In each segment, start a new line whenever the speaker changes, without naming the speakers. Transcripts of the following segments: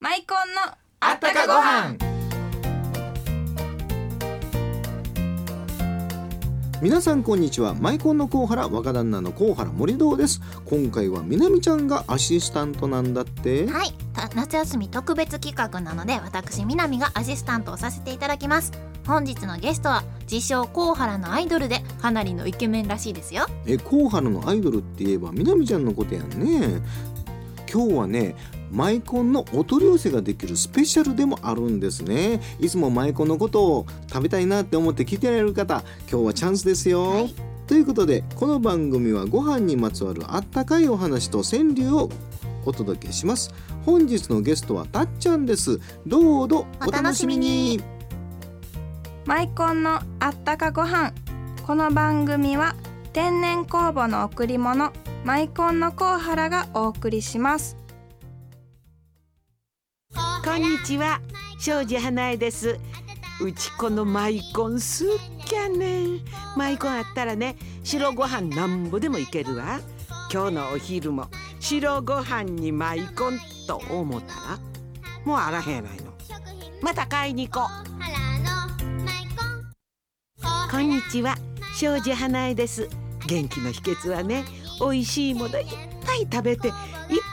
マイコンの
あったかご飯
皆さんこんにちはマイコンのコウハラ若旦那のコウハラ森堂です今回はみなみちゃんがアシスタントなんだって
はいた夏休み特別企画なので私南がアシスタントをさせていただきます本日のゲストは自称コウハラのアイドルでかなりのイケメンらしいですよ
えコウハラのアイドルって言えばみなみちゃんのことやんね今日はねマイコンのお取り寄せができるスペシャルでもあるんですねいつもマイコンのことを食べたいなって思って聞いてられる方今日はチャンスですよ、
はい
ということでこの番組はご飯にまつわるあったかいお話と川柳をお届けします本日のゲストはたっちゃんですどうぞお楽しみに
マイコンのあったかご飯この番組は天然酵母の贈り物マイコンのコウハラがお送りします
こんにちは庄司花江ですうちこのマイコンすっきゃねマイコンあったらね白ご飯なんぼでもいけるわ今日のお昼も白ご飯にマイコンと思ったらもうあらへんやないのまた買いに行こうこんにちは庄司花江です元気の秘訣はね美味しいものいっぱい食べていっ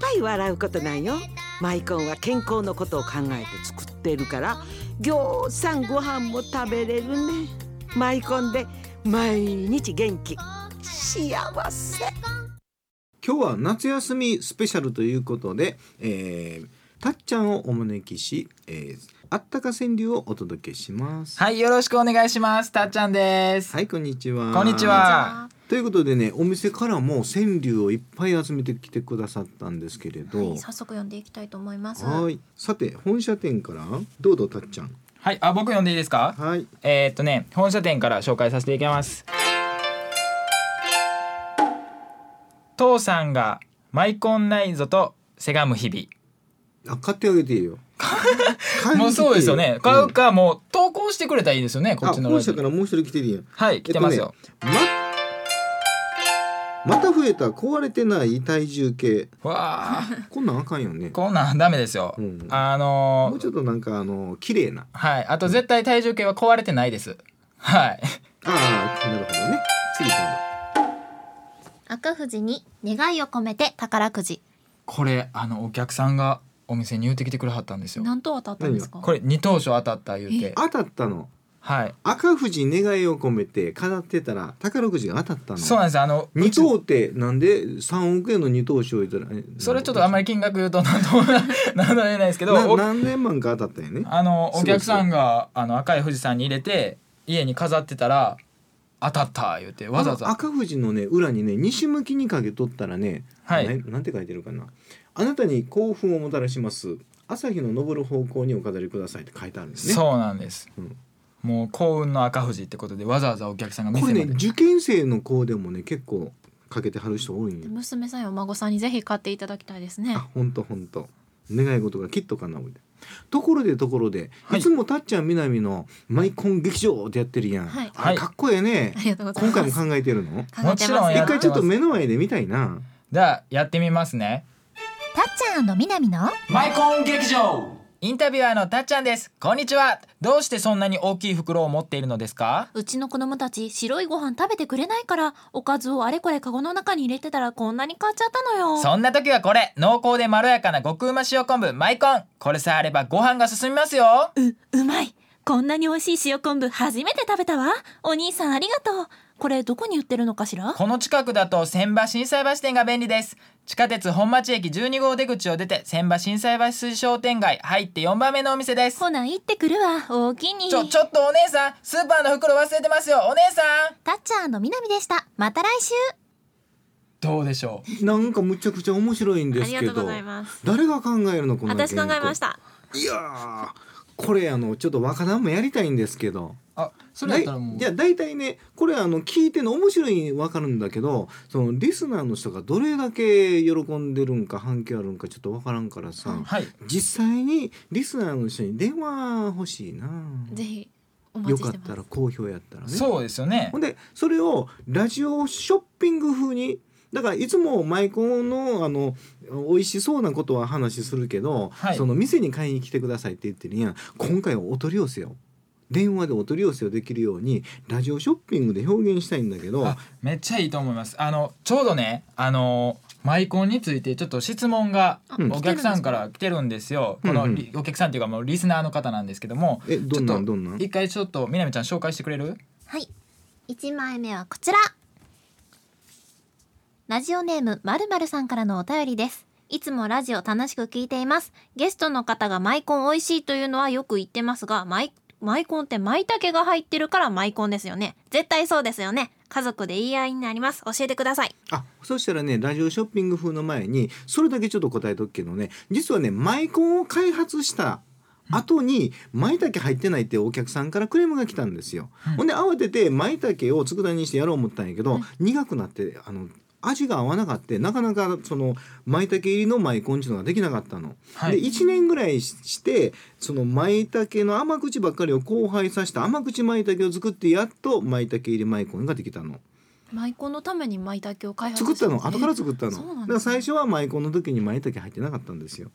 ぱい笑うことなんよマイコンは健康のことを考えて作っているからぎょうさんご飯も食べれるねマイコンで毎日元気幸せ
今日は夏休みスペシャルということで、えー、たっちゃんをお招きし、えー、あったか川柳をお届けします。
はい、よろしくお願いします。たっちゃんです。
はい、こんにちは。
こんにちは。
ということでね、お店からも川柳をいっぱい集めてきてくださったんですけれど。
はい早速読んでいきたいと思います
はい。さて、本社店から、どうぞたっちゃん。
はい、あ、僕読んでいいですか。
はい。
えーっとね、本社店から紹介させていただきます。父さんがマイコンないぞとせがむ日
あ、
々。
買ってあげていい よ。買いに来て
もうそうですよね。買う
うん
か、もう投稿してくれたらいいですよね。こ
あ、
っちのラ
本
ジ
社か
オ。
らもう一人来てるやん。
はい、来てますよ。
ま。また増えた壊れてない体重計。
わあ、
こんなんあかんよね。
こんなんダメですよ。
うん
あ
も
の
う
ー
ちょっとなんかあの綺麗な。
はい、あと絶対体重計は壊れてないです。はい。
ああなるほどね。次今
赤富士に願いを込めて宝くじ
これ、あのお客さんがお店に言ってきてくれはったんですよ。
何等当たったんですか
これ二等賞当たった言うて
度。当たったの。
はい。
赤富士願いを込めて飾ってたら宝くじが当たったの。
そうなんです。あの、
二
う
等ってなんで三億円の二等賞いたら。え
ちそれちょっとあんまり金額言うとなんとも なんとも言えないですけど、
な
お
何千万か当たったよね。
あの
す
お
ごい
客さんがあの赤い富士山に入れて家に飾ってたら当たった言うてわざわ
あの
ざ
赤富士のね裏にね西向きにかけとったらね、
はい
ななんて書いてるかなあなたに興奮をもたらします朝日の昇る方向にお飾りくださいって書いてあるんですね
そうなんです。
うん
もう幸運の赤富士ってことでわざわざお客さんが
こ
店
れね
まで。
受験生の子でもね結構かけてはる人多いんよ
娘さんやお孫さんにぜひ買っていただきたいですね
あほんとほんと願い事がきっと叶うところでところで、、
はいい
つもたっちゃんみなみのマイコン劇場ってやってるやん、
はい
あれかっこええね、
ありがとうござい
今
ます
回も考えてるの
考えてま
も
す
ちろんや
一回
ってます
ちょっと目の前で見たいな
じゃあやってみますね。
たっちゃん南の
マイコン劇場。インタビュアーのたっちゃんです。こんにちは。どうしてそんなに大きい袋を持っているのですか。
うちの子供たち白いご飯食べてくれないからおかずをあれこれカゴの中に入れてたらこんなに買っちゃったのよ
そんな時はこれ濃厚でまろやかな極うま塩昆布マイコンこれさえあればご飯が進みますよ
うまいこんなに美味しい塩昆布初めて食べたわお兄さんありがとうこれどこに売ってるのかしら
この近くだと千葉心斎橋店が便利です地下鉄本町駅12号出口を出て千葉心斎橋筋商店街入って4番目のお店です
ほな行ってくるわおおきに
ちょちょっとお姉さんスーパーの袋忘れてますよお姉さん
たっちゃんのみなみでしたまた来週
どうでしょう
なんかむちゃくちゃ面白いんですけど
ます
誰が考えるのこの
私考えました
いやーこれあのちょっと若旦もやりたいんですけど
あそ
だいや大体ねこれあの聞いての面白いわかるんだけどそのリスナーの人がどれだけ喜んでるんか反響あるんかちょっとわからんからさ、
はい
実際にリスナーの人に電話欲しいな
ぜひお
よかったら好評やったらね
そうですよね
ほんでそれをラジオショッピング風にだからいつもマイコンのあの美味しそうなことは話するけど、
はい
その店に買いに来てくださいって言ってるやん今回はお取り寄せよ電話でお取り寄せをできるようにラジオショッピングで表現したいんだけど
あめっちゃいいと思いますあのちょうどねあのマイコンについてちょっと質問が
うん
お客さんから来てるんですよ、
うん
この
うん
リお客さんっていうかもうリスナーの方なんですけども
えどんなん
ちょっと
どんなん
一回ちょっとみなみちゃん紹介してくれる
はい1枚目はこちらラジオネームまるまるさんからのお便りですいつもラジオ楽しく聞いていますゲストの方がマイコン美味しいというのはよく言ってますがマイマイコンってマイタケが入ってるからマイコンですよね絶対そうですよね家族で言い合いになります教えてください
あそしたらねラジオショッピング風の前にそれだけちょっと答えとくけどね実はねマイコンを開発した後に舞茸入ってないってお客さんからクレームが来たんですよ。ほんで慌てて舞茸を佃煮にしてやろう思ったんやけど、苦くなってあの味が合わなかってなかなかその舞茸入りの舞コンっていうのができなかったの。
はい
で1年ぐらいししてその舞茸の甘口ばっかりを交配させた甘口舞茸を作ってやっと舞茸入り舞コンができたの。
マイコンのためにマイタケを開発
作ったの後から作ったの、
そうなんですね
だから最初はマイコンの時にマイタケ入ってなかったんですよ、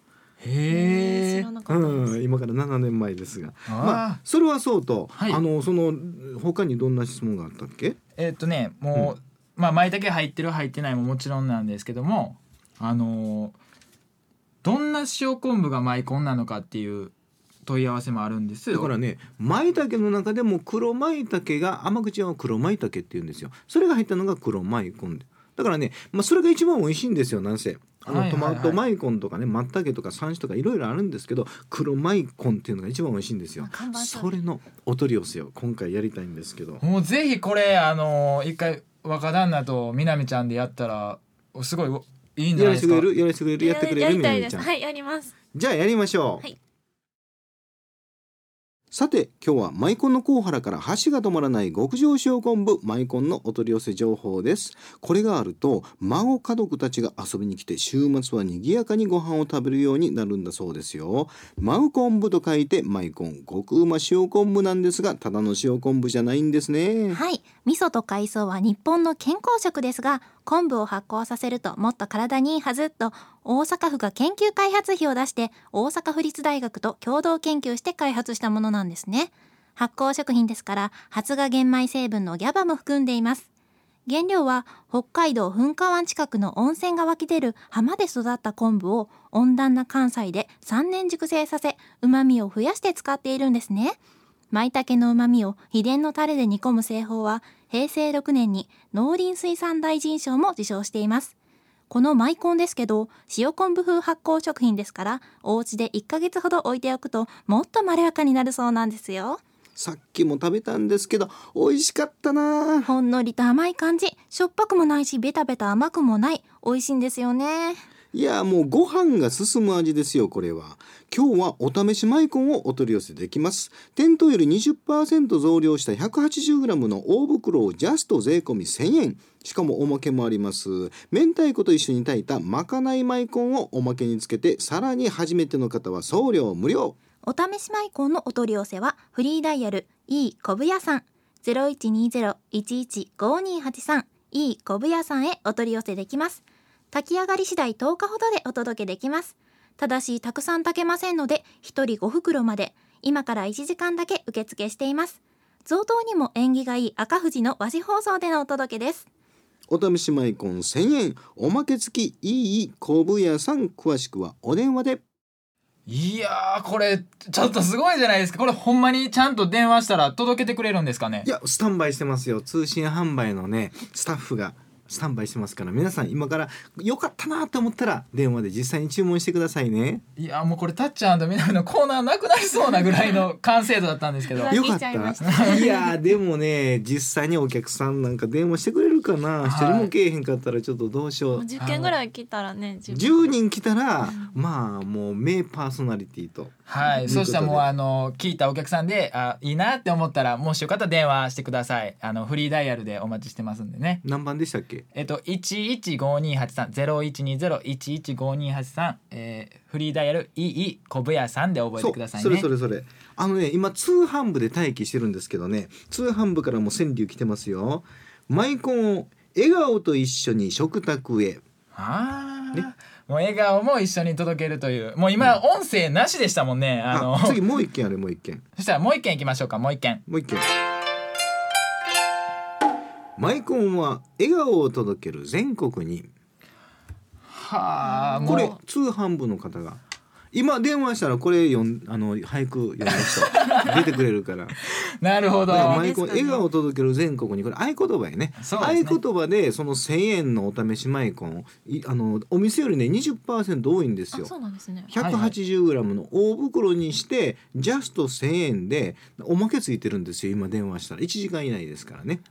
へ知らなかったです、
うん、今から7年前ですが
あー
まあそれはそうと、
はい
あのその他にどんな質問があったっけ
えっとねもう、まあ舞茸入ってる入ってないももちろんなんですけどもあのーどんな塩昆布がマイコンなのかっていう問い合わせもあるんです
だ
よ
からねマイタケの中でも黒マイタケが甘口は黒マイタケって言うんですよそれが入ったのが黒マイコンでだからね、まあ、それが一番美味しいんですよなんせあ
は
の
い
ト
はいはい
マトマイコンとかねマッタケとか山椒とかいろいろあるんですけど黒マイコンっていうのが一番美味しいんですよ
看板商
それのお取り寄せを今回やりたいんですけど
もうぜひこれあのー一回若旦那とみなみちゃんでやったらすごいおいいんじゃ
や
ない
らせ
です
て
か
くれるやらせてくれるやってくれ
や
る
り
み
た
ないみ
で
ち
す
ゃん
はいやります
じゃあやりましょう、
はい
さて今日はマイコンのコウハラから箸が止まらない極上塩昆布マイコンのお取り寄せ情報ですこれがあると孫家族たちが遊びに来て週末は賑やかにご飯を食べるようになるんだそうですよマウコンブと書いてマイコン極うま塩昆布なんですがただの塩昆布じゃないんですね
はい味噌と海藻は日本の健康食ですが昆布を発酵させるともっと体にいいはずと大阪府が研究開発費を出して大阪府立大学と共同研究して開発したものなんですね発酵食品ですから発芽玄米成分の GABA も含んでいます原料は北海道噴火湾近くの温泉が湧き出る浜で育った昆布を温暖な関西で3年熟成させ旨味を増やして使っているんですね舞茸の旨味を秘伝のタレで煮込む製法は平成6年に農林水産大臣賞も受賞していますこのマイコンですけど塩昆布風発酵食品ですからお家で1ヶ月ほど置いておくともっとまろやかになるそうなんですよ
さっきも食べたんですけど美味しかったな
ほんのりと甘い感じしょっぱくもないしベタベタ甘くもない美味しいんですよね
いやもうご飯が進む味ですよこれは今日はお試しマイコンをお取り寄せできます店頭より20%増量した 180g の大袋をジャスト税込み1000円しかもおまけもあります明太子と一緒に炊いたまかないマイコンをおまけにつけてさらに初めての方は送料無料
お試しマイコンのお取り寄せはフリーダイヤル E コブヤさん0120-115283 E コブヤさんへお取り寄せできます炊き上がり次第10日ほどでお届けできますただしたくさん炊けませんので1人5袋まで今から1時間だけ受付しています贈答にも縁起がいい赤富士の和紙放送でのお届けです
お試しマイコン1000円おまけ付きいい昆布屋さん詳しくはお電話で
いやーこれちょっとすごいじゃないですかこれほんまにちゃんと電話したら届けてくれるんですかね
いやスタンバイしてますよ通信販売のねスタッフがスタンバイしてますから皆さん今から良かったなと思ったら電話で実際に注文してくださいね
いやーもうこれたっちゃんとみなみのコーナーなくなりそうなぐらいの完成度だったんで すけど
浮
よ
気
かっ
したちゃいまし
いやーでもね実際にお客さんなんか電話してくれるかな一、
はい
人もけえへんかったらちょっとどうしよ
もう
う
10件ぐらい来たらね10
10人来たらまあもう名パーソナリティと
は
とい
い、
うこと
そ
で
したらもうあの聞いたお客さんであいいなって思ったらもしよかったら電話してくださいあのフリーダイヤルでお待ちしてますんでね
何番でしたっけ
えっと1152830120115283、えー、フリーダイヤルいい小部屋さんで覚えてくださいね
そうそれそれそれあのね今通販部で待機してるんですけどね通販部からも川柳来てますよマイコンを笑顔と一緒に食卓へ
ああ、
ね
もう笑顔も一緒に届けるというもう今音声なしでしたもんねあの
あ次もう一件あれもう一件
そしたらもう一件いきましょうかもう一件
もう一件マイコンは笑顔を届ける全国に
はあ
これ通販部の方が今電話したらこれ読んあの俳句読んだ 人出てくれるから
なるほ
だ
ど
から
あ
マ
れ
イ
です
コ
か
ン
ね
笑顔を届ける全国にこれ合言葉やね
そうです
合
ね
言葉でその1,000円のお試しマイコンいあのお店よりね20%多いんです
あ
よ
そ。うなんですね
180g の大袋にしてジャスト1,000円でおまけついてるんですよ今電話したら1時間以内ですからね。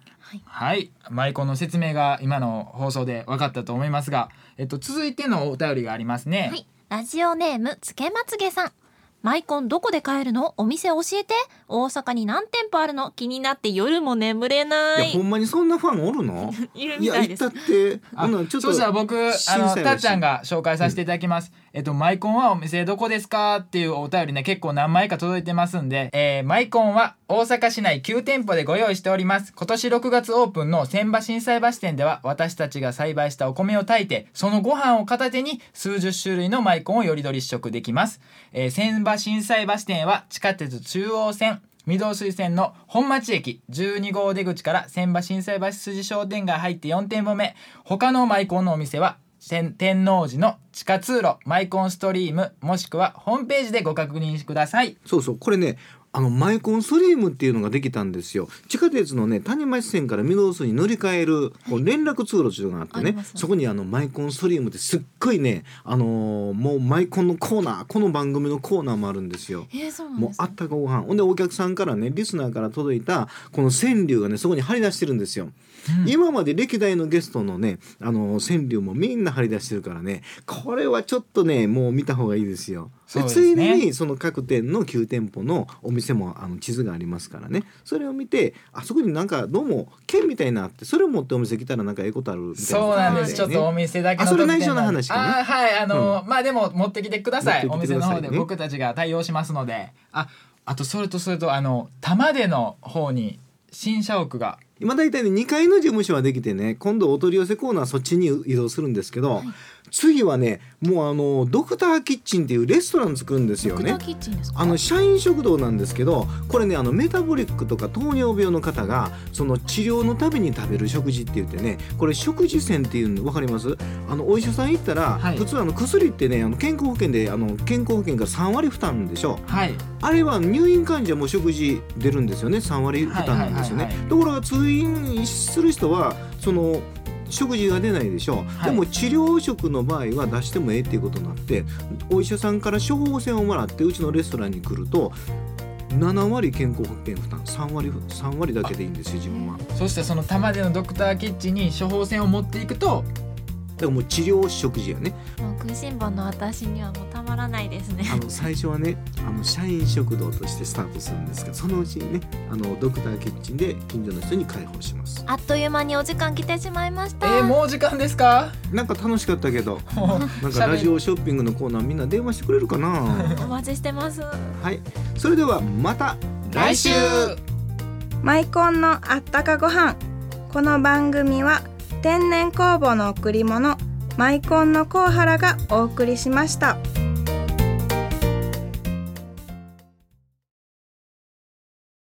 はいマイコンの説明が今の放送で分かったと思いますが、えっと、続いてのお便りがありますね、
はい、ラジオネームつけまつげさんマイコンどこで買えるのお店教えて大阪に何店舗あるの気になって夜も眠れない
や
い
ほんまにそんなファンおるの
いる
い
み
や
た
行
いで
った
す
って
あ
ほんならちょっと
そしたら僕あ
審査
の
やろ
たっちゃんが紹介させていただきます、えっとマイコンはお店どこですかっていうお便りね結構何枚か届いてますんで、えーマイコンは大阪市内9店舗でご用意しております今年6月オープンの千葉震災橋店では私たちが栽培したお米を炊いてそのご飯を片手に数十種類のマイコンをよりどり試食できます、えー千葉震災橋店は地下鉄中央線御堂水線の本町駅12号出口から千葉新斎橋筋商店街入って4店舗目他のマイコンのお店は天天王寺の地下通路マイコンストリームもしくはホームページでご確認ください
そうそうこれねあのマイコンストリームっていうのができたんですよ地下鉄のね谷町線から御堂筋に乗り換えるこう連絡通路っていうのがあって
あ
ね
りますね
そこにあのマイコンストリームってすっごいねあのーもうマイコンのコーナーこの番組のコーナーもあるんですよ。
えー、そうなん
もう
です
あ
ね
ったかご飯ほんでお客さんからねリスナーから届いたこの川柳がねそこに張り出してるんですよ、今まで歴代のゲストのねあの川柳もみんな張り出してるからねこれはちょっとねもう見た方がいいですよ
そうです
つい
ね
でにその各店の9店舗のお店もあの地図がありますからねそれを見てあそこになんかどうも券みたいなのあってそれを持ってお店来たらなんかええことあるみたいな
そうなんです、ちょっとお
ね
店だけの
あそれ
特典
内緒の話かな
あーはいあの、まあでも持ってきてください
持
お
ってきて
店
くださ
の
いね
方で僕たちが対応しますのでああとそれとそれとあの玉出の方に新社屋が
今大体ね2階の事務所はできてね今度お取り寄せコーナーそっちに移動するんですけど、次はねもうあのドクターキッチンっていうレストラン作るんですよ
ドクタ
ね
ー。キッチンですか
あの社員食堂なんですけどこれねあのメタボリックとか糖尿病の方がその治療のために食べる食事って言ってねこれ食事券っていうの分かりますあのお医者さん行ったら、
はい
普通あの薬ってねあの健康保険であの健康保険が3割負担でしょ
はい
あれは入院患者も食事出るんですよね3割負担なんですよね、
はいはいはいはい
ところが通院する人はその食事が出ないでしょ、
はい
でも治療食の場合は出してもええっていうことになってお医者さんから処方箋をもらってうちのレストランに来ると7割健康保険負担3割3割だけでいいんですよ自分はだか
そしてその玉出のドクターキッチンに処方箋を持っていくと
らもう治療食事やね
もう食いしん坊の私にはもうたまらないですね
あの最初はねあの社員食堂としてスタートするんですけどそのうちにねあのドクターキッチンで近所の人に開放します
あっという間にお時間来てしまいまし
え
た、
ー、もう時間ですか
なんか楽しかったけ ど
もう
なんかラジオショッピングのコーナーみんな電話してくれるかな
お待ちしてます
はいそれではまた
来週
マイコンのあったかご飯この番組は天然酵母の贈り物マイコンのコウハラがお送りしました。